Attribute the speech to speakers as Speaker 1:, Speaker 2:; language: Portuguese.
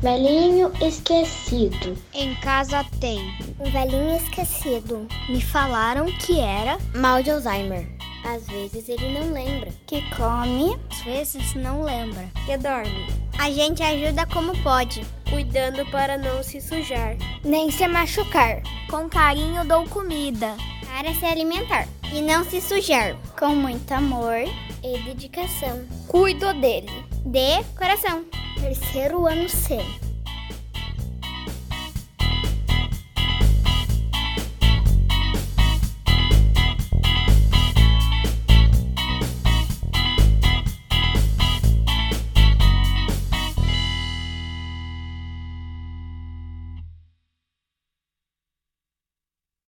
Speaker 1: Velhinho esquecido.
Speaker 2: Em casa tem.
Speaker 3: Um velhinho esquecido.
Speaker 4: Me falaram que era
Speaker 5: mal de Alzheimer.
Speaker 6: Às vezes ele não lembra.
Speaker 7: Que come.
Speaker 8: Às vezes não lembra.
Speaker 9: Que dorme.
Speaker 10: A gente ajuda como pode.
Speaker 11: Cuidando para não se sujar.
Speaker 12: Nem se machucar.
Speaker 13: Com carinho dou comida.
Speaker 14: Para se alimentar.
Speaker 15: E não se sujar.
Speaker 16: Com muito amor
Speaker 17: e dedicação.
Speaker 18: Cuido dele.
Speaker 19: De coração.
Speaker 20: Terceiro ano C.